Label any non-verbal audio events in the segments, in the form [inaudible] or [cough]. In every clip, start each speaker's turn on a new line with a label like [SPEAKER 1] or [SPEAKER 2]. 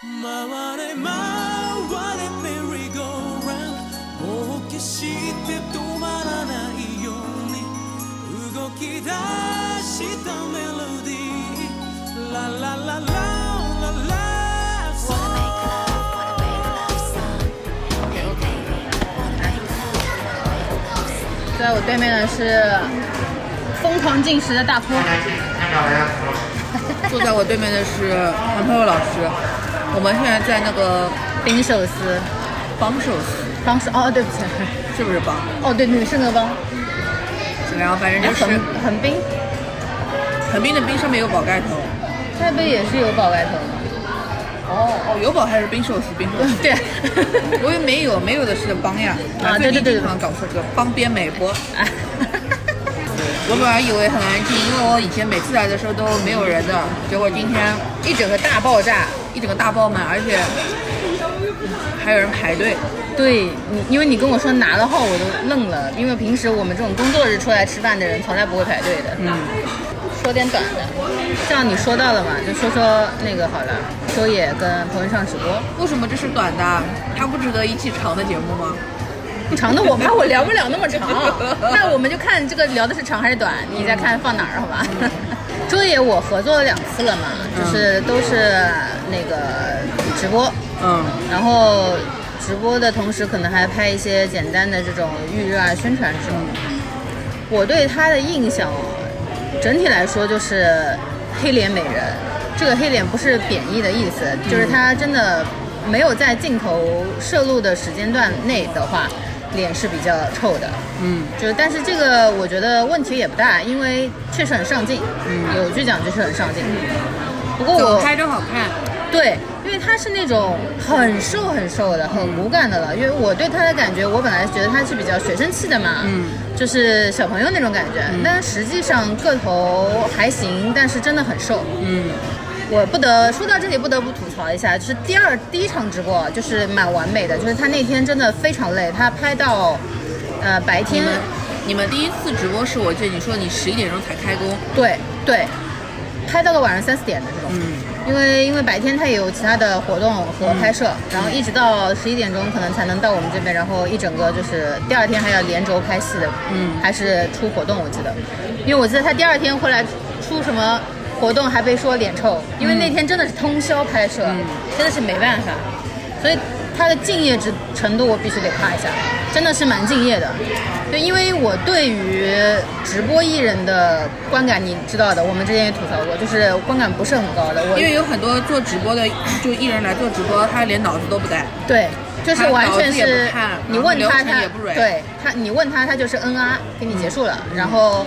[SPEAKER 1] 回れ回れメリーゴーランドもう決して止まらないように動き出したメロディーラララララララ
[SPEAKER 2] Wanna make love, wanna make love song. Hey baby, wanna make love, wanna make love song.
[SPEAKER 3] 在我对面的是疯狂进食的大扑，
[SPEAKER 4] 坐在我对面的是韩佩友老师，我们现在在那个
[SPEAKER 3] 饼手司，
[SPEAKER 4] 帮寿司，
[SPEAKER 3] 帮手哦，对不起， [laughs]
[SPEAKER 4] 是不是帮？
[SPEAKER 3] 哦对，女士那个帮，
[SPEAKER 4] 然后反正就
[SPEAKER 3] 哎
[SPEAKER 4] 是
[SPEAKER 3] 横横滨
[SPEAKER 4] 横滨的冰上面有宝盖头，
[SPEAKER 3] 那边也是有宝盖头的，
[SPEAKER 4] 哦哦，有宝还是冰寿司，冰寿司。
[SPEAKER 3] 对，
[SPEAKER 4] [laughs] 我以为没有，没有的是帮呀。
[SPEAKER 3] 啊对对对对
[SPEAKER 4] 好像搞错这个帮边美国。我本来以为很安静，因为我以前每次来的时候都没有人的，结果今天一整个大爆炸，一整个大爆满，而且还有人排队。
[SPEAKER 3] [laughs] 对你，因为你跟我说拿了号，我都愣了，因为平时我们这种工作日出来吃饭的人，从来不会排队的。嗯，说点短的，像你说到了嘛，就说说那个好了，周也跟朋友上直播，
[SPEAKER 4] 为什么这是短的？它不值得一期长的节目吗？
[SPEAKER 3] 长的我怕我聊不了那么长，那我们就看这个聊的是长还是短，你再看放哪儿好吧？ [laughs] 周也我合作了两次了嘛，就是都是那个直播，
[SPEAKER 4] 嗯，
[SPEAKER 3] 然后直播的同时，可能还拍一些简单的这种预热啊、宣传什么的。我对他的印象哦，整体来说就是黑脸美人。这个黑脸不是贬义的意思，就是他真的没有在镜头摄录的时间段内的话，脸是比较臭的。
[SPEAKER 4] 嗯，
[SPEAKER 3] 就是，但是这个我觉得问题也不大，因为确实很上镜。嗯，有句讲就是很上镜。不过
[SPEAKER 4] 怎
[SPEAKER 3] 我
[SPEAKER 4] 么拍着好看？
[SPEAKER 3] 对，因为他是那种很瘦很瘦的，很骨感的了。因为我对他的感觉，我本来觉得他是比较学生气的嘛，
[SPEAKER 4] 嗯，
[SPEAKER 3] 就是小朋友那种感觉。但实际上个头还行，但是真的很瘦。
[SPEAKER 4] 嗯，
[SPEAKER 3] 我不得说到这里，不得不吐槽一下，就是第二第一场直播就是蛮完美的，就是他那天真的非常累，他拍到呃白
[SPEAKER 4] 你
[SPEAKER 3] 天
[SPEAKER 4] 们你们第一次直播是我记得你说你十一点钟才开工，
[SPEAKER 3] 对对，拍到了晚上三四点的这
[SPEAKER 4] 嗯
[SPEAKER 3] 种。因为因为白天他也有其他的活动和拍摄，然后一直到十一点钟可能才能到我们这边，然后一整个就是第二天还要连轴拍戏的，
[SPEAKER 4] 嗯
[SPEAKER 3] 还是出活动我记得，因为我记得他第二天回来出什么活动还被说脸臭，因为那天真的是通宵拍摄，真的是没办法，所以他的敬业之程度我必须得夸一下，真的是蛮敬业的。对，因为我对于直播艺人的观感，你知道的，我们之前也吐槽过，就是观感不是很高的。我
[SPEAKER 4] 因为有很多做直播的， [coughs] 就艺人来做直播，他连脑子都不带。
[SPEAKER 3] 对，就是完全
[SPEAKER 4] 他脑子也
[SPEAKER 3] 是
[SPEAKER 4] 不看
[SPEAKER 3] 你问
[SPEAKER 4] 然后
[SPEAKER 3] 他，
[SPEAKER 4] 流程
[SPEAKER 3] 他
[SPEAKER 4] 也不嗯蕊
[SPEAKER 3] 对他，你问他，他就是嗯啊，给你结束了。然后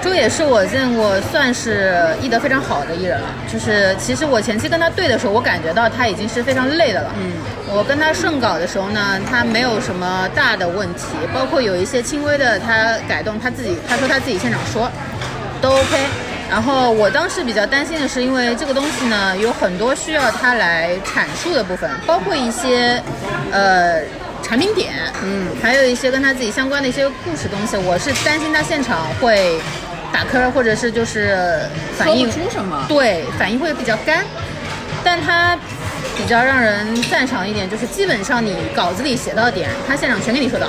[SPEAKER 3] 周也是我见过算是艺得非常好的艺人了，就是其实我前期跟他对的时候，我感觉到他已经是非常累的了。嗯，我跟他顺稿的时候呢，他没有什么大的问题，包括有一些轻微的他改动，他自己他说他自己现场说都 OK。然后我当时比较担心的是，因为这个东西呢有很多需要他来阐述的部分，包括一些呃产品点，嗯，还有一些跟他自己相关的一些故事东西，我是担心他现场会打磕，或者是就是反应
[SPEAKER 4] 说不出什么
[SPEAKER 3] 对，反应会比较干。但他比较让人赞赏一点，就是基本上你稿子里写到的点，他现场全给你说到。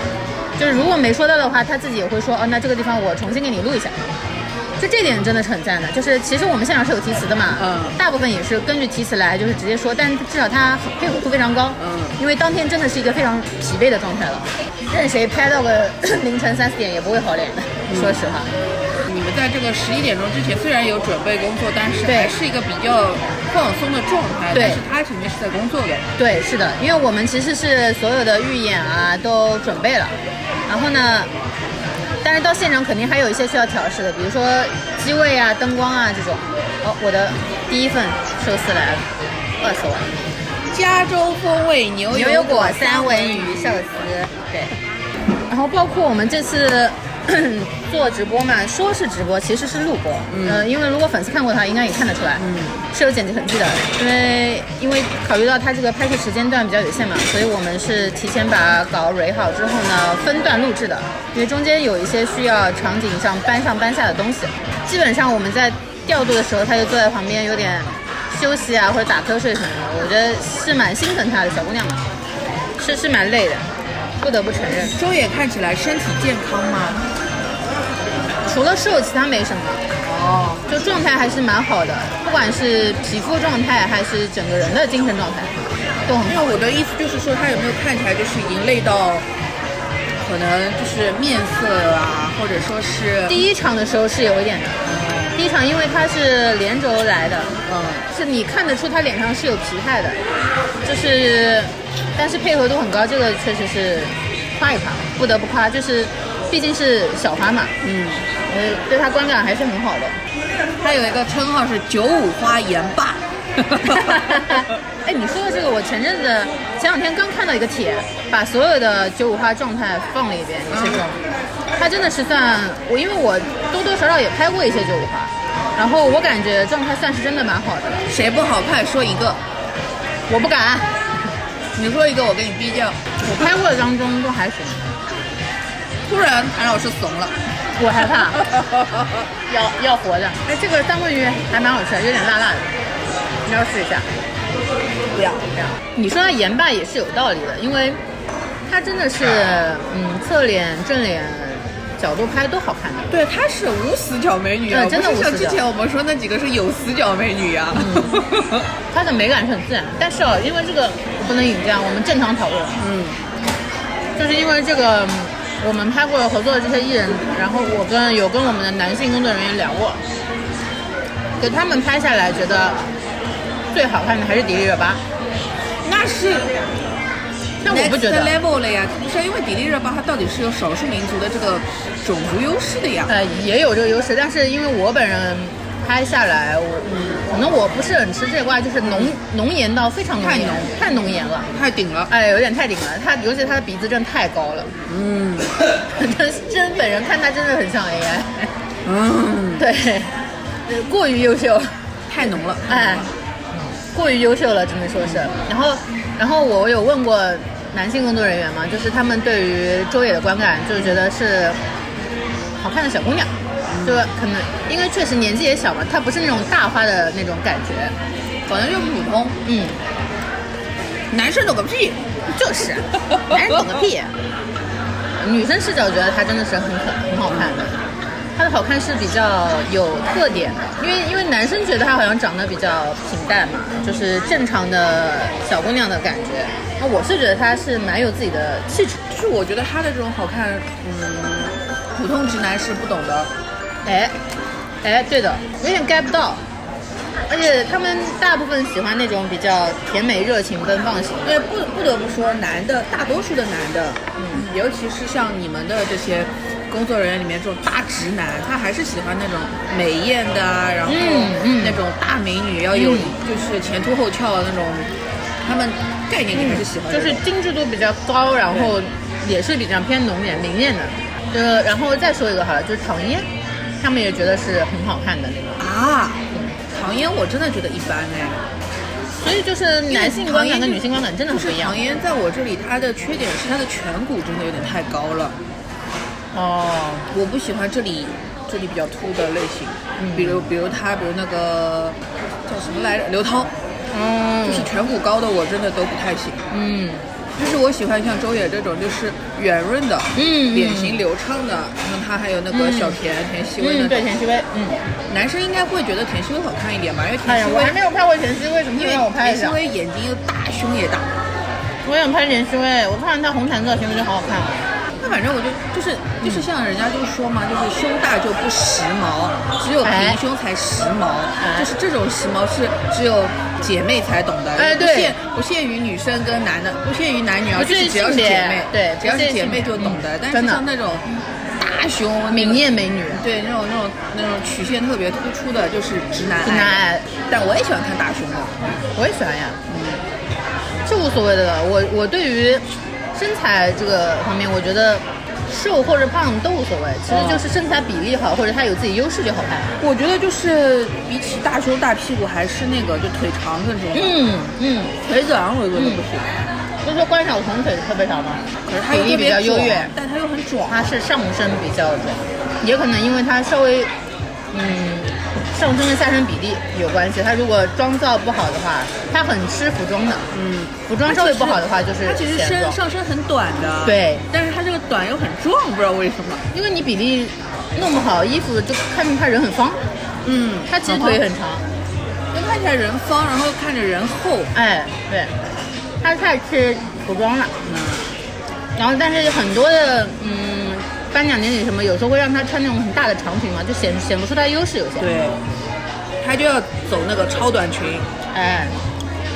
[SPEAKER 3] 就是如果没说到的话，他自己也会说，哦，那这个地方我重新给你录一下。就这点真的是很赞的，就是其实我们现场是有提词的嘛，
[SPEAKER 4] 嗯
[SPEAKER 3] 大部分也是根据提词来，就是直接说，但至少他配合度非常高，
[SPEAKER 4] 嗯
[SPEAKER 3] 因为当天真的是一个非常疲惫的状态了，任谁拍到个 [coughs] 凌晨三四点也不会好脸的，
[SPEAKER 4] 嗯
[SPEAKER 3] 说实话，
[SPEAKER 4] 你们在这个十一点钟之前虽然有准备工作，但是还
[SPEAKER 3] 对
[SPEAKER 4] 是一个比较放松的状态。
[SPEAKER 3] 对
[SPEAKER 4] 但是他肯定是在工作的。
[SPEAKER 3] 对，是的，因为我们其实是所有的预演啊都准备了，然后呢，但是到现场肯定还有一些需要调试的，比如说机位啊、灯光啊这种。哦，我的第一份寿司来了，饿死我了。
[SPEAKER 4] 加州风味牛
[SPEAKER 3] 牛油果三文鱼寿司，对。然后包括我们这次 [coughs] 做直播嘛，说是直播，其实是录播。嗯、呃，因为如果粉丝看过的话，应该也看得出来，嗯，是有剪辑痕迹的。因为因为考虑到它这个拍摄时间段比较有限嘛，所以我们是提前把稿蕊好之后呢，分段录制的。因为中间有一些需要场景上搬上搬下的东西，基本上我们在调度的时候，他就坐在旁边有点。休息啊或者打瞌睡什么的，我觉得是蛮心疼她的小姑娘嘛，是是蛮累的， [laughs] 不得不承认。
[SPEAKER 4] 周也看起来身体健康嘛，
[SPEAKER 3] 除了瘦，其他没什么，
[SPEAKER 4] 哦，
[SPEAKER 3] 就状态还是蛮好的，不管是皮肤状态还是整个人的精神状态都很
[SPEAKER 4] 那
[SPEAKER 3] 好。
[SPEAKER 4] 我的意思就是说，他有没有看起来就是已经累到，可能就是面色啊，或者说是，
[SPEAKER 3] 第一场的时候是有一点的，第一场因为她是连轴来的，
[SPEAKER 4] 嗯，
[SPEAKER 3] 是你看得出她脸上是有疲态的，就是，但是配合度很高，这个确实是夸一夸，不得不夸，就是毕竟是小花嘛，嗯，呃，对她观感还是很好的。
[SPEAKER 4] 他有一个称号是九五花颜 [laughs] 霸。
[SPEAKER 3] [laughs] 哎，你说的这个，我前阵子前两天刚看到一个帖，把所有的九五花状态放了一遍，你是说，
[SPEAKER 4] 嗯
[SPEAKER 3] 他真的是算我，因为我多多少少也拍过一些九五花，然后我感觉状态算是真的蛮好的了，
[SPEAKER 4] 谁不好看说一个，
[SPEAKER 3] 我不敢，啊
[SPEAKER 4] 你说一个我给你逼掉。
[SPEAKER 3] 我拍过的当中都还行，
[SPEAKER 4] 突然谭老师怂了，
[SPEAKER 3] 我害
[SPEAKER 4] [laughs]
[SPEAKER 3] 怕，要要活的。哎，这个三文鱼还蛮好吃的，有点辣辣的，你要试一下。
[SPEAKER 4] 不要。
[SPEAKER 3] 你说它盐霸也是有道理的，因为它真的是，嗯，侧脸、正脸角度拍都好看的。
[SPEAKER 4] 对，她是无死角美女啊，
[SPEAKER 3] 对真的
[SPEAKER 4] 不是像
[SPEAKER 3] 无死
[SPEAKER 4] 之
[SPEAKER 3] 角
[SPEAKER 4] 前我们说那几个是有死角美女啊。
[SPEAKER 3] 它的美感是很自然的，但是哦，因为这个我不能引战，我们正常讨论。
[SPEAKER 4] 嗯，
[SPEAKER 3] 就是因为这个，嗯我们拍过合作的这些艺人，然后我跟有跟我们的男性工作人员聊过，给他们拍下来，觉得最好看的还是迪丽热巴，
[SPEAKER 4] [laughs] 那是
[SPEAKER 3] 但我不觉
[SPEAKER 4] next
[SPEAKER 3] 得。
[SPEAKER 4] level 了呀，不是因为迪丽热巴她到底是有少数民族的这个种族优势的呀。
[SPEAKER 3] 呃，也有这个优势，但是因为我本人拍下来，我、可能我不是很吃这挂，就是浓浓颜到非常浓
[SPEAKER 4] 太
[SPEAKER 3] 颜
[SPEAKER 4] 浓，
[SPEAKER 3] 太浓颜了。
[SPEAKER 4] 太顶了，
[SPEAKER 3] 哎，有点太顶了，他尤其他的鼻子真的太高了，
[SPEAKER 4] 嗯
[SPEAKER 3] 但是 [laughs] 真本人看他真的很像 AI，
[SPEAKER 4] 嗯，
[SPEAKER 3] 对，呃过于优秀，
[SPEAKER 4] 太浓了，太
[SPEAKER 3] 哎
[SPEAKER 4] 浓了，
[SPEAKER 3] 过于优秀了，只能说是。然后，然后我有问过男性工作人员嘛，就是他们对于周也的观感，就是觉得是好看的小姑娘，就可能因为确实年纪也小嘛，她不是那种大花的那种感觉，
[SPEAKER 4] 反正就普通，
[SPEAKER 3] 嗯，
[SPEAKER 4] 男生懂个屁，
[SPEAKER 3] 就是，男人懂个屁。女生视角觉得她真的是很可很好看的，她的好看是比较有特点的，因为因为男生觉得她好像长得比较平淡嘛，就是正常的小姑娘的感觉。那我是觉得她是蛮有自己的气质，
[SPEAKER 4] 就是我觉得他的这种好看，嗯，普通直男是不懂的。
[SPEAKER 3] 哎，哎，对的，有点 get 不到。而且他们大部分喜欢那种比较甜美、热情、奔放型的。
[SPEAKER 4] 对，不不得不说，男的大多数的男的，嗯，尤其是像你们的这些工作人员里面这种大直男，他还是喜欢那种美艳的啊，然后
[SPEAKER 3] 嗯嗯
[SPEAKER 4] 那种大美女，要有、
[SPEAKER 3] 嗯
[SPEAKER 4] 就是前凸后翘的那种，他们概念里还是喜欢
[SPEAKER 3] 嗯就
[SPEAKER 4] 这种、
[SPEAKER 3] 是精致度比较高，然后也是比较偏浓颜明艳的。呃，然后再说一个好了，就是唐嫣，他们也觉得是很好看的那种。
[SPEAKER 4] 啊。唐嫣，我真的觉得一般哎。
[SPEAKER 3] 所以就是男性观感跟女性观感真的很
[SPEAKER 4] 就
[SPEAKER 3] 不
[SPEAKER 4] 是
[SPEAKER 3] 一样
[SPEAKER 4] 唐。嫣在我这里，她的缺点是她的颧骨真的有点太高了，
[SPEAKER 3] 哦，
[SPEAKER 4] 我不喜欢这里这里比较凸的类型，
[SPEAKER 3] 嗯
[SPEAKER 4] 比如比如她，比如那个叫什么来着，刘涛，
[SPEAKER 3] 嗯
[SPEAKER 4] 就是颧骨高的我真的都不太行。
[SPEAKER 3] 嗯
[SPEAKER 4] 就是我喜欢像周也这种，就是圆润的，
[SPEAKER 3] 嗯嗯
[SPEAKER 4] 脸型流畅的，然后她还有那个小田、田曦薇
[SPEAKER 3] 嗯，
[SPEAKER 4] 那
[SPEAKER 3] 对，
[SPEAKER 4] 种，
[SPEAKER 3] 田曦薇，嗯，
[SPEAKER 4] 男生应该会觉得田曦薇好看一点吧，因为
[SPEAKER 3] 哎
[SPEAKER 4] 田
[SPEAKER 3] 呀，
[SPEAKER 4] 曦
[SPEAKER 3] 我
[SPEAKER 4] 薇
[SPEAKER 3] 还没有拍过田曦薇，什么
[SPEAKER 4] 因
[SPEAKER 3] 时候让我
[SPEAKER 4] 为
[SPEAKER 3] 拍
[SPEAKER 4] 田
[SPEAKER 3] 一
[SPEAKER 4] 曦
[SPEAKER 3] 下？
[SPEAKER 4] 薇眼睛又大，胸也大，
[SPEAKER 3] 我想拍田曦薇，我看到她红毯造型，我觉得好好看。啊
[SPEAKER 4] 那反正我就就是就是像人家就说
[SPEAKER 3] 嗯
[SPEAKER 4] 嘛，就是胸大就不时髦，只有
[SPEAKER 3] 哎
[SPEAKER 4] 平胸才时髦，
[SPEAKER 3] 哎
[SPEAKER 4] 就是这种时髦是只有姐妹才懂的，
[SPEAKER 3] 哎对
[SPEAKER 4] 不限不限于女生跟男的，不限于男女啊，
[SPEAKER 3] 不
[SPEAKER 4] 就
[SPEAKER 3] 限
[SPEAKER 4] 是只要是姐妹，
[SPEAKER 3] 性别对
[SPEAKER 4] 只要
[SPEAKER 3] 不限
[SPEAKER 4] 是姐
[SPEAKER 3] 性
[SPEAKER 4] 妹
[SPEAKER 3] 别
[SPEAKER 4] 就懂的。
[SPEAKER 3] 嗯
[SPEAKER 4] 但
[SPEAKER 3] 真
[SPEAKER 4] 是
[SPEAKER 3] 的
[SPEAKER 4] 像那种大胸、那个
[SPEAKER 3] 明，艳美女，
[SPEAKER 4] 对那种那种那种曲线特别突出的，就是直男
[SPEAKER 3] 直男癌，
[SPEAKER 4] 但我也喜欢看大胸的，
[SPEAKER 3] 我也喜欢呀，这无所谓的了。我我对于身材这个方面，我觉得瘦或者胖都无所谓，其实就是身材比例好，或者他有自己优势就好看。
[SPEAKER 4] 我觉得就是比起大胸大屁股，还是那个就腿长更重要。
[SPEAKER 3] 嗯嗯，
[SPEAKER 4] 腿短我觉得不行。
[SPEAKER 3] 所以说关晓彤腿特别长嘛，
[SPEAKER 4] 可是他
[SPEAKER 3] 比
[SPEAKER 4] 又
[SPEAKER 3] 例
[SPEAKER 4] 特
[SPEAKER 3] 比
[SPEAKER 4] 别
[SPEAKER 3] 较优
[SPEAKER 4] 壮
[SPEAKER 3] 越，
[SPEAKER 4] 但他又很壮。
[SPEAKER 3] 她是上身比较壮，也可能因为她稍微嗯上身跟下身比例有关系。他如果妆造不好的话，他很吃服装的。嗯，服装稍微不好的话就是
[SPEAKER 4] 它其实
[SPEAKER 3] 显
[SPEAKER 4] 身
[SPEAKER 3] 壮
[SPEAKER 4] 上身很短的，
[SPEAKER 3] 对，
[SPEAKER 4] 但是它这个短又很壮，不知道为什么。
[SPEAKER 3] 因为你比例弄不好，衣服就看着他人很方。
[SPEAKER 4] 嗯
[SPEAKER 3] 他其实腿很长，
[SPEAKER 4] 就看起来人方，然后看着人厚，
[SPEAKER 3] 哎，对，他太吃服装了。
[SPEAKER 4] 嗯，
[SPEAKER 3] 然后，但是很多的，嗯，颁奖典礼什么，有时候会让他穿那种很大的长裙嘛，就显显不出他的优势有些。，
[SPEAKER 4] 对，他就要走那个超短裙，
[SPEAKER 3] 哎，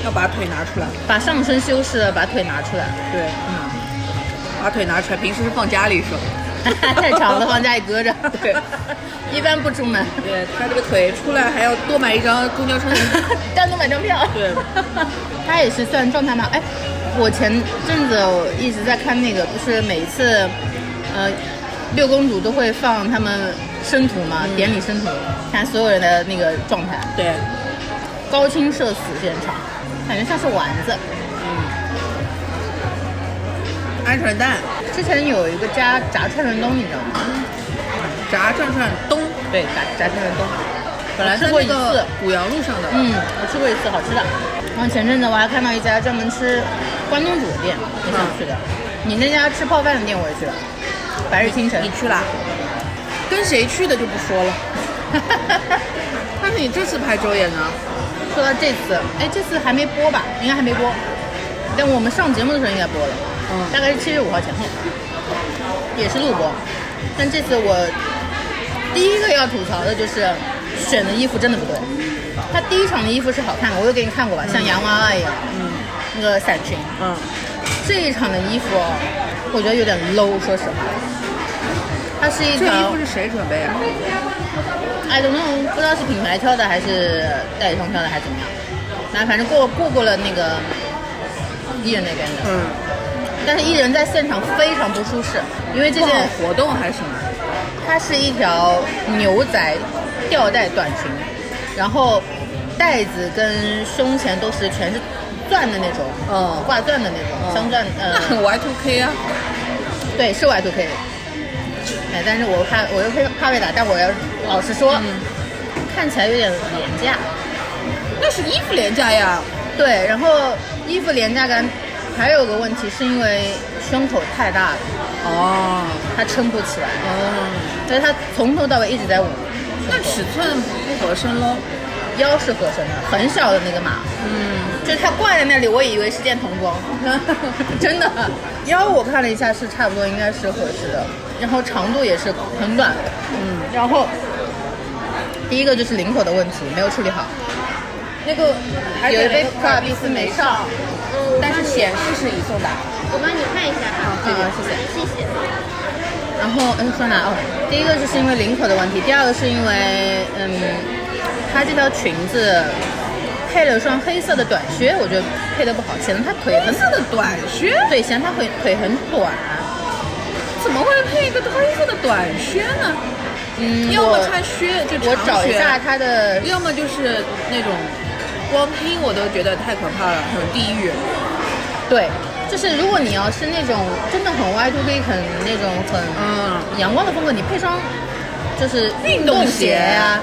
[SPEAKER 4] 要把腿拿出来，
[SPEAKER 3] 把上身修饰了，把腿拿出来， [laughs]
[SPEAKER 4] 对，
[SPEAKER 3] 嗯，
[SPEAKER 4] 把腿拿出来，平时是放家里是吧？
[SPEAKER 3] 太长了，放家里搁着。
[SPEAKER 4] 对，
[SPEAKER 3] 一般不出门， [laughs]
[SPEAKER 4] 对他这个腿出来还要多买一张公交 [laughs] 车的，
[SPEAKER 3] 单独买张票。
[SPEAKER 4] 对，
[SPEAKER 3] 他也是算状态嘛。哎，我前阵子我一直在看那个，就是每一次，呃，六公主都会放他们生图嘛，典礼生图，看所有人的那个状态，
[SPEAKER 4] 对，
[SPEAKER 3] 高清社死现场，感觉像是丸子。
[SPEAKER 4] 鹌鹑蛋
[SPEAKER 3] 之前有一个炸炸串串东，你知道吗？
[SPEAKER 4] 炸串串东，
[SPEAKER 3] 对，炸炸串串东，
[SPEAKER 4] 本来
[SPEAKER 3] 吃
[SPEAKER 4] 在
[SPEAKER 3] 过
[SPEAKER 4] 那
[SPEAKER 3] 一次
[SPEAKER 4] 个，古窑路上的，
[SPEAKER 3] 嗯，我吃过一次，好吃的。然后前阵子我还看到一家专门吃关东煮的店，也想去的。你那家吃泡饭的店我也去了，白日清晨
[SPEAKER 4] 你。去啦？跟谁去的就不说了。那你这次拍周也呢？
[SPEAKER 3] [laughs] 说到这次，哎，这次还没播吧？应该还没播，但我们上节目的时候应该播了，
[SPEAKER 4] 嗯
[SPEAKER 3] 大概是七月五号前后，也是录播。但这次我第一个要吐槽的就是选的衣服真的不对。他第一场的衣服是好看的，我有给你看过吧？像洋娃娃一样，嗯，那个伞裙。
[SPEAKER 4] 嗯，
[SPEAKER 3] 这一场的衣服，我觉得有点 low，说实话。它是一
[SPEAKER 4] 这衣
[SPEAKER 3] 条
[SPEAKER 4] 服是谁准备啊？
[SPEAKER 3] 哎，怎么弄不知道是品牌挑的还是代理商挑的还是怎么样，那反正过过过了那个艺人那边的，
[SPEAKER 4] 嗯，
[SPEAKER 3] 但是艺人在现场非常不舒适，因为这
[SPEAKER 4] 不好
[SPEAKER 3] 件
[SPEAKER 4] 活动还是什么？
[SPEAKER 3] 它是一条牛仔吊带短裙，然后带子跟胸前都是全是钻的那种，
[SPEAKER 4] 嗯
[SPEAKER 3] 挂钻的那种，镶钻，
[SPEAKER 4] 那
[SPEAKER 3] 呃，
[SPEAKER 4] [laughs] 很 Y two K 啊。
[SPEAKER 3] 对，是 Y 都可以。哎，但是我怕，我又怕怕被打，但我要老实说，
[SPEAKER 4] 嗯
[SPEAKER 3] 看起来有点廉价。
[SPEAKER 4] 那是衣服廉价呀。
[SPEAKER 3] 对，然后衣服廉价感还有个问题，是因为胸口太大了，
[SPEAKER 4] 哦，
[SPEAKER 3] 它撑不起来，
[SPEAKER 4] 哦，
[SPEAKER 3] 所以它从头到尾一直在捂。
[SPEAKER 4] 那尺寸不合身喽。
[SPEAKER 3] 腰是合身的，很小的那个码，
[SPEAKER 4] 嗯，
[SPEAKER 3] 就是它挂在那里，我以为是件童装， [laughs] 真的。腰我看了一下是差不多，应该是合适的，然后长度也是很短，嗯，然后第一个就是领口的问题没有处理好，
[SPEAKER 4] 那个还
[SPEAKER 3] 有一杯
[SPEAKER 4] 普
[SPEAKER 3] 普洱必思没上，
[SPEAKER 5] 嗯，
[SPEAKER 4] 但是显示是已送达。
[SPEAKER 5] 我帮你看一下哈。
[SPEAKER 3] 嗯，谢谢。
[SPEAKER 5] 谢谢。
[SPEAKER 3] 然后哎，说哪哦？第一个就是因为领口的问题，第二个是因为嗯，她这条裙子配了双黑色的短靴，我觉得配的不好，显得她腿很
[SPEAKER 4] 黑色的短靴，
[SPEAKER 3] 对，显得她腿腿很短。
[SPEAKER 4] 怎么会配一个黑色的短靴呢？
[SPEAKER 3] 嗯，
[SPEAKER 4] 要么
[SPEAKER 3] 我
[SPEAKER 4] 穿靴就
[SPEAKER 3] 我
[SPEAKER 4] 长
[SPEAKER 3] 找一
[SPEAKER 4] 靴
[SPEAKER 3] 下她的，
[SPEAKER 4] 要么就是那种光拼，我都觉得太可怕了，很地狱。
[SPEAKER 3] 对，就是如果你要是那种真的很 Y 就可以很那种很
[SPEAKER 4] 嗯，
[SPEAKER 3] 阳光的风格，你配双就是
[SPEAKER 4] 运
[SPEAKER 3] 动
[SPEAKER 4] 动
[SPEAKER 3] 鞋
[SPEAKER 4] 鞋
[SPEAKER 3] 呀、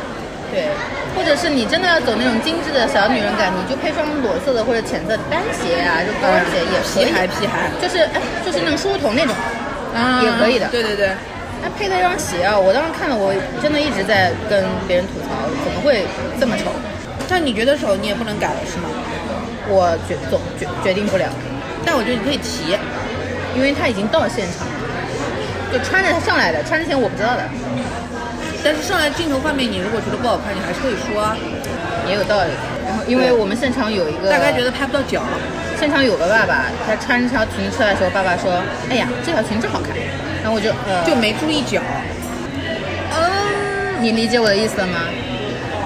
[SPEAKER 3] 对，或者是你真的要走那种精致的小女人感，你就配双裸色的或者浅色的单鞋啊，就高跟鞋也可以。
[SPEAKER 4] 皮孩皮孩
[SPEAKER 3] 就是哎，就是那种梳头那种，
[SPEAKER 4] 啊
[SPEAKER 3] 也可以的
[SPEAKER 4] 对对对，
[SPEAKER 3] 那配那双鞋啊，我当时看了，我真的一直在跟别人吐槽，怎么会这么丑？
[SPEAKER 4] 但你觉得丑，你也不能改了是吗？
[SPEAKER 3] 我决总决决定不了，
[SPEAKER 4] 但我觉得你可以提，
[SPEAKER 3] 因为他已经到现场了，就穿着他上来的，穿之前我不知道的，
[SPEAKER 4] 但是上来镜头画面，你如果觉得不好看，你还是可以说啊。
[SPEAKER 3] 也有道理。然后因为我们现场有一个，
[SPEAKER 4] 大概觉得拍不到脚，
[SPEAKER 3] 现场有个爸爸，他穿这条裙子出来的时候，爸爸说：“哎呀，这条裙真好看。”然后我就呃，
[SPEAKER 4] 就没注意脚。
[SPEAKER 3] 嗯，你理解我的意思了吗？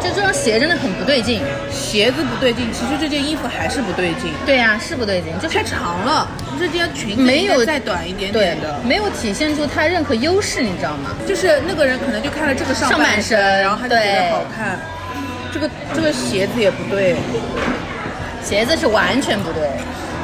[SPEAKER 3] 就这双鞋真的很不对劲。
[SPEAKER 4] 鞋子不对劲，其实这件衣服还是不对劲，
[SPEAKER 3] 对呀、是不对劲，就是
[SPEAKER 4] 太长了。这件裙子
[SPEAKER 3] 没
[SPEAKER 4] 应
[SPEAKER 3] 有
[SPEAKER 4] 该再短一点
[SPEAKER 3] 对
[SPEAKER 4] 点的，，
[SPEAKER 3] 没有体现出他任何优势，你知道吗？
[SPEAKER 4] 就是那个人可能就看了这个上
[SPEAKER 3] 上半
[SPEAKER 4] 身，
[SPEAKER 3] 身
[SPEAKER 4] 然后他就觉
[SPEAKER 3] 对
[SPEAKER 4] 得好看。这个这个鞋子也不对，
[SPEAKER 3] 鞋子是完全不对，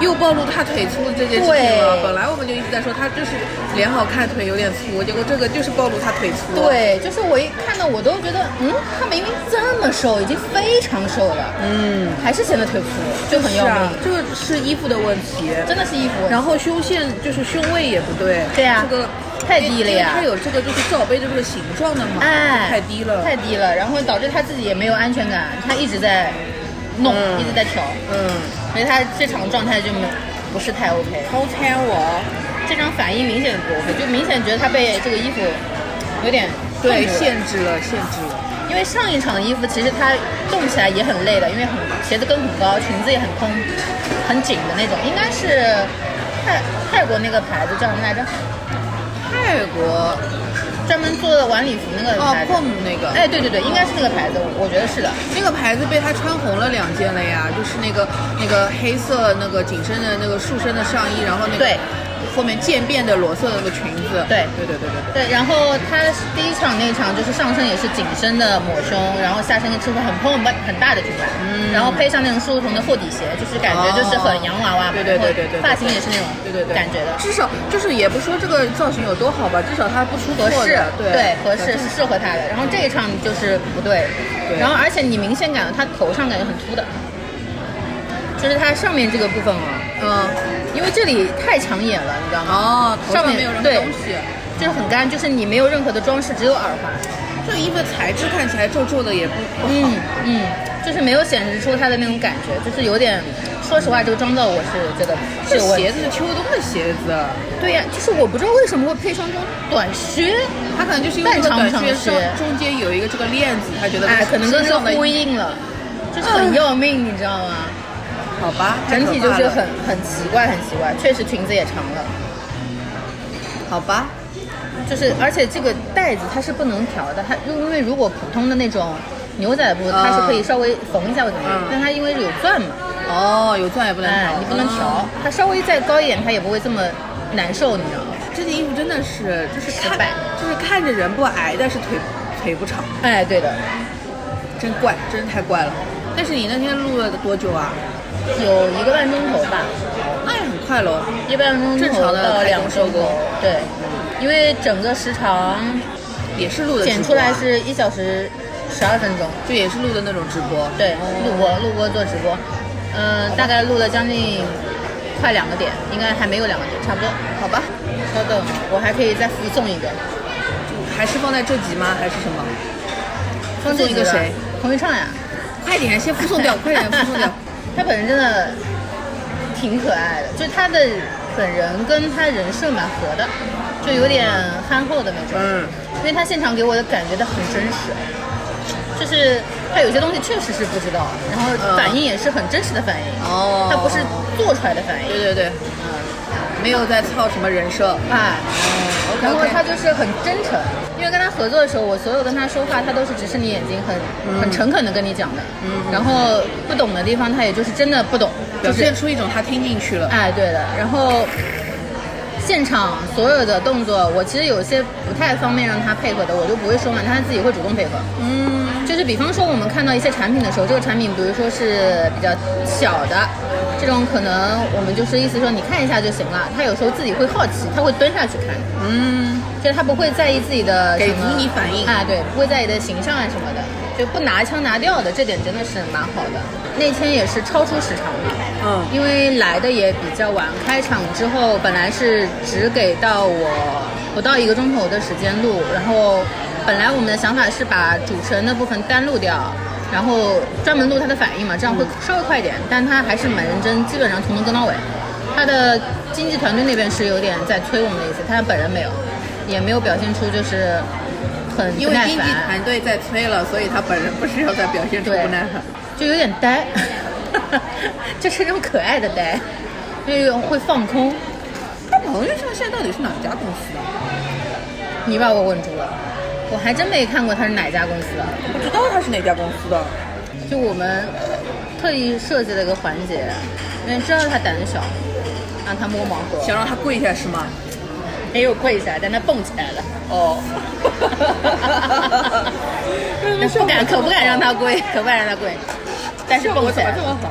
[SPEAKER 4] 又暴露他腿粗的这件事情了。
[SPEAKER 3] 对
[SPEAKER 4] 本来我们就一直在说他就是脸好看，腿有点粗，结果这个就是暴露他腿粗。，
[SPEAKER 3] 对，就是我一看到我都觉得，嗯，他明明这么瘦，已经非常瘦了，嗯，还是显得腿粗，就很
[SPEAKER 4] 是
[SPEAKER 3] 要
[SPEAKER 4] 啊
[SPEAKER 3] 命，，
[SPEAKER 4] 这个是衣服的问题。
[SPEAKER 3] 真的是衣服问题。
[SPEAKER 4] 然后胸线就是胸位也不对，
[SPEAKER 3] 对啊
[SPEAKER 4] 这个
[SPEAKER 3] 太低了呀
[SPEAKER 4] 因为它有这个就是罩杯的这个形状的嘛，
[SPEAKER 3] 哎，
[SPEAKER 4] 太低了，
[SPEAKER 3] 太低了，然后导致他自己也没有安全感，他一直在弄，
[SPEAKER 4] 嗯
[SPEAKER 3] 一直在调，
[SPEAKER 4] 嗯，
[SPEAKER 3] 所以他这场状态就没不是太 OK。
[SPEAKER 4] 好惨我，
[SPEAKER 3] 这场反应明显不 OK，就明显觉得他被这个衣服有点
[SPEAKER 4] 对，
[SPEAKER 3] 困住了
[SPEAKER 4] 限制了，限制了，
[SPEAKER 3] 因为上一场的衣服其实它动起来也很累的，因为很鞋子跟很高，裙子也很空、很紧的那种，应该是泰泰国那个牌子叫什么来着？
[SPEAKER 4] 泰国
[SPEAKER 3] 专门做的晚礼服那个
[SPEAKER 4] 哦
[SPEAKER 3] 牌子。
[SPEAKER 4] ，POM 那个，
[SPEAKER 3] 嗯哎，对对对，应该是那个牌子，我我觉得是的。
[SPEAKER 4] 那个牌子被他穿红了两件了呀，就是那个那个黑色那个紧身的那个束身的上衣，然后那个
[SPEAKER 3] 对
[SPEAKER 4] 后面渐变的裸色的那个裙子，
[SPEAKER 3] 对
[SPEAKER 4] 对对对对
[SPEAKER 3] 对，
[SPEAKER 4] 对，
[SPEAKER 3] 然后他第一场那场就是上身也是紧身的抹胸，然后下身是很蓬很很大的裙摆，
[SPEAKER 4] 嗯
[SPEAKER 3] 然后配上那种束绒的厚底鞋，就是感觉就是很洋娃娃，
[SPEAKER 4] 哦对对对对对对
[SPEAKER 3] 发型也是那种
[SPEAKER 4] 对对对
[SPEAKER 3] 感觉的。
[SPEAKER 4] 至少就是也不说这个造型有多好吧，至少它不出
[SPEAKER 3] 合
[SPEAKER 4] 错
[SPEAKER 3] 适
[SPEAKER 4] 的，
[SPEAKER 3] 对，合适是适合他的。然后这一场就是不对，
[SPEAKER 4] 对
[SPEAKER 3] 然后而且你明显感觉他头上感觉很秃的，就是他上面这个部分啊，
[SPEAKER 4] 嗯，
[SPEAKER 3] 因为这里太抢眼了，你知道吗？
[SPEAKER 4] 哦，头
[SPEAKER 3] 上
[SPEAKER 4] 上
[SPEAKER 3] 面
[SPEAKER 4] 没有任何
[SPEAKER 3] 对
[SPEAKER 4] 东西。
[SPEAKER 3] 就是很干，就是你没有任何的装饰，只有耳环。
[SPEAKER 4] 这个衣服的材质看起来皱皱的，也不不好。
[SPEAKER 3] 嗯嗯，就是没有显示出他的那种感觉，就是有点，说实话，这个妆造我是觉得是
[SPEAKER 4] 这
[SPEAKER 3] 有问题。
[SPEAKER 4] 鞋子是秋冬的鞋子，
[SPEAKER 3] 对呀、就是我不知道为什么会配上这种短靴，
[SPEAKER 4] 它可能就是因为那个短
[SPEAKER 3] 半长长
[SPEAKER 4] 靴上
[SPEAKER 3] 靴
[SPEAKER 4] 中间有一个这个链子，他觉得
[SPEAKER 3] 哎，可能跟
[SPEAKER 4] 身
[SPEAKER 3] 这个
[SPEAKER 4] 上的
[SPEAKER 3] 呼应了，啊就是很要命，你知道吗？
[SPEAKER 4] 好吧，
[SPEAKER 3] 整体就
[SPEAKER 4] 太可怕
[SPEAKER 3] 是
[SPEAKER 4] 了
[SPEAKER 3] 很很奇怪，很奇怪，确实裙子也长了，
[SPEAKER 4] 好吧，
[SPEAKER 3] 就是而且这个带子它是不能调的，它因为如果普通的那种牛仔布，它是可以稍微缝一下或者怎么样
[SPEAKER 4] 嗯，
[SPEAKER 3] 但它因为有钻嘛，
[SPEAKER 4] 哦，有钻也不能
[SPEAKER 3] 哎
[SPEAKER 4] 调，，
[SPEAKER 3] 你不能调
[SPEAKER 4] 嗯。，
[SPEAKER 3] 它稍微再高一点，它也不会这么难受，你知道吗？
[SPEAKER 4] 这件衣服真的是就是
[SPEAKER 3] 失
[SPEAKER 4] 看
[SPEAKER 3] 败
[SPEAKER 4] 就是看着人不矮，但是腿腿不长，
[SPEAKER 3] 哎，对的，
[SPEAKER 4] 真怪，真太怪了。但是你那天录了多久啊？
[SPEAKER 3] 有一个半钟头吧，
[SPEAKER 4] 那也很快哦喽。
[SPEAKER 3] 一个半钟
[SPEAKER 4] 正常
[SPEAKER 3] 头
[SPEAKER 4] 的
[SPEAKER 3] 到
[SPEAKER 4] 开
[SPEAKER 3] 两
[SPEAKER 4] 工
[SPEAKER 3] 周
[SPEAKER 4] 收工
[SPEAKER 3] 多，对，因为整个时长
[SPEAKER 4] 也是录的直播啊
[SPEAKER 3] 剪出来是一小时十二分钟。
[SPEAKER 4] 就也是录的那种直播，
[SPEAKER 3] 对，录播录播做直播，嗯、大概录了将近快两个点，应该还没有两个点，差不多。
[SPEAKER 4] 好吧？
[SPEAKER 3] 稍等，我还可以再附送一个，
[SPEAKER 4] 还是放在这集吗？还是什么？
[SPEAKER 3] 附
[SPEAKER 4] 送一个谁？
[SPEAKER 3] 彭昱畅呀，
[SPEAKER 4] 快点，先附送 [laughs] 掉， [laughs] 快点附送掉。
[SPEAKER 3] [laughs] 他本人真的挺可爱的，就是他的本人跟他人设蛮合的，就有点憨厚的那种。
[SPEAKER 4] 嗯，
[SPEAKER 3] 因为他现场给我的感觉他很真实，就是他有些东西确实是不知道，然后反应也是很真实的反应，
[SPEAKER 4] 嗯哦
[SPEAKER 3] 他不是做出来的反应。
[SPEAKER 4] 对对对，没有在操什么人设。
[SPEAKER 3] 哎，
[SPEAKER 4] OK，
[SPEAKER 3] 然后
[SPEAKER 4] OK
[SPEAKER 3] 他就是很真诚，因为跟他合作的时候，我所有跟他说话，他都是直视你眼睛，很、很诚恳的跟你讲的。
[SPEAKER 4] 嗯
[SPEAKER 3] 然后不懂的地方，他也就是真的不懂，
[SPEAKER 4] 表
[SPEAKER 3] 就是
[SPEAKER 4] 现出一种他听进去了。
[SPEAKER 3] 哎，对的。然后现场所有的动作，我其实有些不太方便让他配合的，我就不会说嘛，但他自己会主动配合。嗯，就是比方说我们看到一些产品的时候，这个产品比如说是比较小的，这种可能我们就是意思说你看一下就行了。他有时候自己会好奇，他会蹲下去看。嗯，就是他不会在意自己的
[SPEAKER 4] 给
[SPEAKER 3] 什么
[SPEAKER 4] 足你反应
[SPEAKER 3] 啊，对，不会在意的形象啊什么的，就不拿腔拿调的，这点真的是蛮好的。那天也是超出时长的，
[SPEAKER 4] 嗯
[SPEAKER 3] 因为来的也比较晚，开场之后本来是只给到我不到一个钟头的时间录，然后本来我们的想法是把主持人的部分单录掉，然后专门录他的反应嘛，这样会稍微快一点，但他还是蛮认真，基本上从头跟到尾。他的经纪团队那边是有点在催我们的意思，但他本人没有，也没有表现出就是很
[SPEAKER 4] 因
[SPEAKER 3] 不
[SPEAKER 4] 为
[SPEAKER 3] 耐
[SPEAKER 4] 经济
[SPEAKER 3] 烦，
[SPEAKER 4] 团队在催了，所以他本人不是要再表现出
[SPEAKER 3] 对
[SPEAKER 4] 不耐烦。
[SPEAKER 3] 就有点呆，就是那种可爱的呆，就是会放空。
[SPEAKER 4] 他朋友上现在到底是哪家公司啊？
[SPEAKER 3] 你把我问住了，我还真没看过他是哪家公司的。
[SPEAKER 4] 不知道他是哪家公司的。
[SPEAKER 3] 就我们特意设计了一个环节，因为知道他胆子小，让他摸盲盒，
[SPEAKER 4] 想让他跪下是吗？
[SPEAKER 3] 没有跪下，但他蹦起来了。 [laughs]
[SPEAKER 4] 哦
[SPEAKER 3] 不敢，可不敢让他跪，可不敢让他跪。但是
[SPEAKER 4] 效果
[SPEAKER 3] 蹦起
[SPEAKER 4] 怎么
[SPEAKER 3] 来
[SPEAKER 4] 这
[SPEAKER 3] 了
[SPEAKER 4] 么好？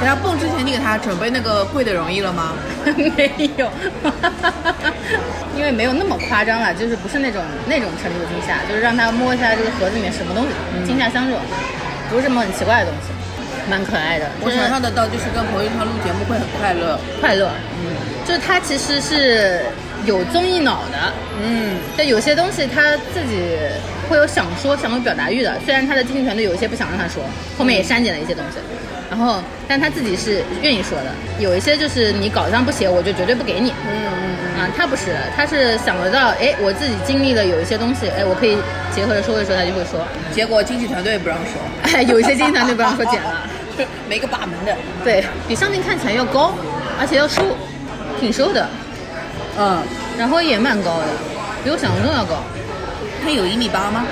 [SPEAKER 4] 给他蹦之前，你给他准备那个跪的容易了吗？
[SPEAKER 3] [laughs] 没有，因为没有那么夸张了，就是不是那种那种程度的惊吓，就是让他摸一下这个盒子里面什么东西，
[SPEAKER 4] 嗯
[SPEAKER 3] 惊吓箱这种，不是什么很奇怪的东西，蛮可爱的。
[SPEAKER 4] 我
[SPEAKER 3] 真的
[SPEAKER 4] 想象得到，就是跟彭昱畅录节目会很快乐。
[SPEAKER 3] 快乐，嗯，就是他其实是有综艺脑的，
[SPEAKER 4] 嗯，
[SPEAKER 3] 但有些东西他自己会有想说、想有表达欲的。虽然他的经纪团队有一些不想让他说，后面也删减了一些东西，然后但他自己是愿意说的。有一些就是你稿子上不写，我就绝对不给你。嗯嗯嗯。啊，他不是，他是想得到，哎，我自己经历了有一些东西，哎，我可以结合着说一说，他就会说。
[SPEAKER 4] 结果经纪团队不让说，
[SPEAKER 3] 哎，有一些经纪团队不让说剪了，
[SPEAKER 4] [laughs] 没个把门的。
[SPEAKER 3] 对比上镜看起来要高，而且要瘦，挺瘦的，
[SPEAKER 4] 嗯，
[SPEAKER 3] 然后也蛮高的，比我想象中要高。
[SPEAKER 4] 他有一米八吗？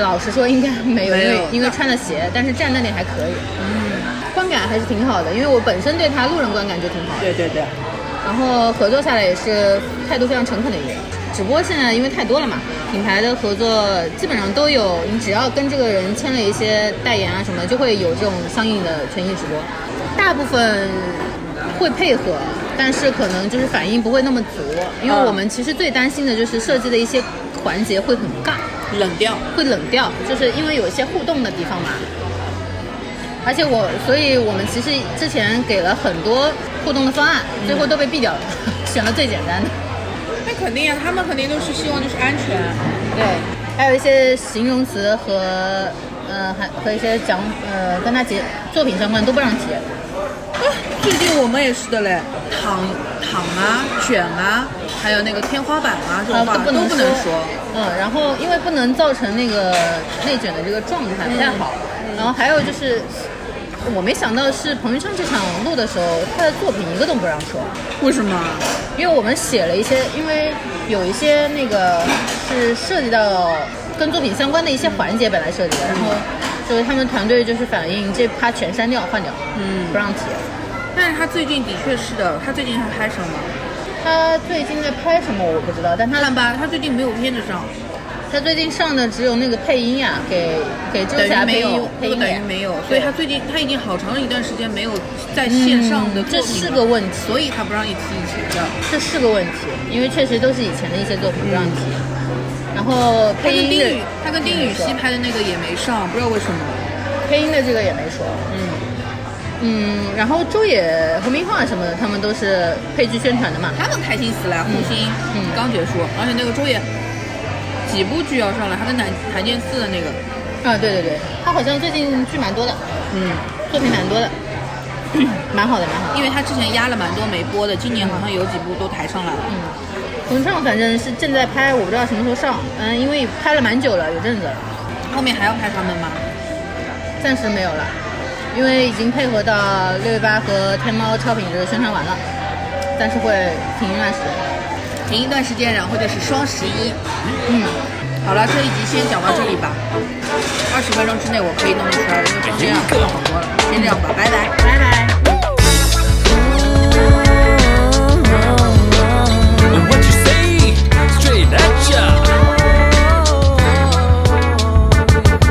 [SPEAKER 3] 老实说，应该没有，
[SPEAKER 4] 没
[SPEAKER 3] 因
[SPEAKER 4] 有
[SPEAKER 3] 为因为穿了鞋，但是站在那里还可以。嗯，观感还是挺好的，因为我本身对他路人观感就挺好的，
[SPEAKER 4] 对对对，
[SPEAKER 3] 然后合作下来也是态度非常诚恳的一个人。只不过现在因为太多了嘛，品牌的合作基本上都有，你只要跟这个人签了一些代言啊什么的，就会有这种相应的权益直播。大部分会配合，但是可能就是反应不会那么足，因为
[SPEAKER 4] 嗯
[SPEAKER 3] 我们其实最担心的就是设计的一些环节会很尬。
[SPEAKER 4] 冷掉。
[SPEAKER 3] 会冷掉，就是因为有一些互动的地方嘛。而且我，所以我们其实之前给了很多互动的方案，最后都被毙掉了， [laughs] 选了最简单的。
[SPEAKER 4] 那肯定啊，他们肯定都是希望就是安全。
[SPEAKER 3] 对，还有一些形容词和呃，还和一些讲呃跟他结作品相关都不让提。
[SPEAKER 4] 最近我们也是的嘞，躺躺啊、卷啊，还有那个天花板啊这
[SPEAKER 3] 啊，
[SPEAKER 4] 种话
[SPEAKER 3] 不能
[SPEAKER 4] 都不能说。
[SPEAKER 3] 嗯，然后因为不能造成那个内卷的这个状态不太好。然后还有就是，我没想到是彭昱畅这场录的时候，他的作品一个都不让说。
[SPEAKER 4] 为什么？
[SPEAKER 3] 因为我们写了一些，因为有一些那个是涉及到跟作品相关的一些环节本来设计的，然后就是他们团队就是反映这趴全删掉换掉，
[SPEAKER 4] 嗯
[SPEAKER 3] 不让提。
[SPEAKER 4] 但是他最近的确是的，他最近还拍什么？
[SPEAKER 3] 他最近在拍什么我不知道，但他
[SPEAKER 4] 看吧，他最近没有片子上，
[SPEAKER 3] 他最近上的只有那个配音呀、给给蜘
[SPEAKER 4] 等
[SPEAKER 3] 蛛侠
[SPEAKER 4] 于没
[SPEAKER 3] 配音
[SPEAKER 4] 有，
[SPEAKER 3] 配
[SPEAKER 4] 就
[SPEAKER 3] 音
[SPEAKER 4] 等于
[SPEAKER 3] 员
[SPEAKER 4] 没有，所以他最近他已经好长一段时间没有在线上的
[SPEAKER 3] 嗯这
[SPEAKER 4] 作品了啊
[SPEAKER 3] 是个问题
[SPEAKER 4] 所以他不让你提以前的。
[SPEAKER 3] 这是个问题，因为确实都是以前的一些作品不让提。然后
[SPEAKER 4] 他
[SPEAKER 3] 配
[SPEAKER 4] 跟
[SPEAKER 3] 音
[SPEAKER 4] 丁
[SPEAKER 3] 的
[SPEAKER 4] 禹，他跟丁禹
[SPEAKER 3] 嗯
[SPEAKER 4] 兮
[SPEAKER 3] 对
[SPEAKER 4] 拍的那个也没上，不知道为什么。
[SPEAKER 3] 配音的这个也没说，嗯嗯，然后周也和明晃什么的，他们都是配剧宣传的嘛，
[SPEAKER 4] 他们开心死了，护心、
[SPEAKER 3] 嗯
[SPEAKER 4] 刚结束，而且那个周也几部剧要上了，他跟谭谭健次的那个，
[SPEAKER 3] 啊，对对对，他好像最近剧蛮多的，
[SPEAKER 4] 嗯，
[SPEAKER 3] 作品蛮多的，蛮好的，蛮好的。
[SPEAKER 4] 因为他之前压了蛮多没播的，今年好像有几部都抬上来了。
[SPEAKER 3] 文畅反正是正在拍，我不知道什么时候上，嗯，因为拍了蛮久了，有阵子了，
[SPEAKER 4] 后面还要拍他们吗？
[SPEAKER 3] 暂时没有了，因为已经配合到六一八和天猫超品这个宣传完了，但是会停一段时间。
[SPEAKER 4] 停一段时间，然后就是双十一。
[SPEAKER 3] 嗯，
[SPEAKER 4] 好了，这一集先讲到这里吧。二十分钟之内我可以弄一圈，因为中间啊看好多了。先这样吧，拜拜。
[SPEAKER 3] 拜拜。
[SPEAKER 1] What you say, straight at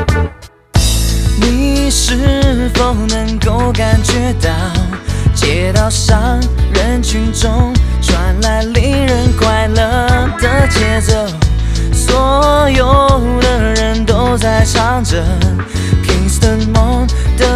[SPEAKER 1] ya. 你是否能够感觉到街道上人群中传来令人快乐的节奏？所有的人都在唱着 Kingston 梦的，Oh Oh,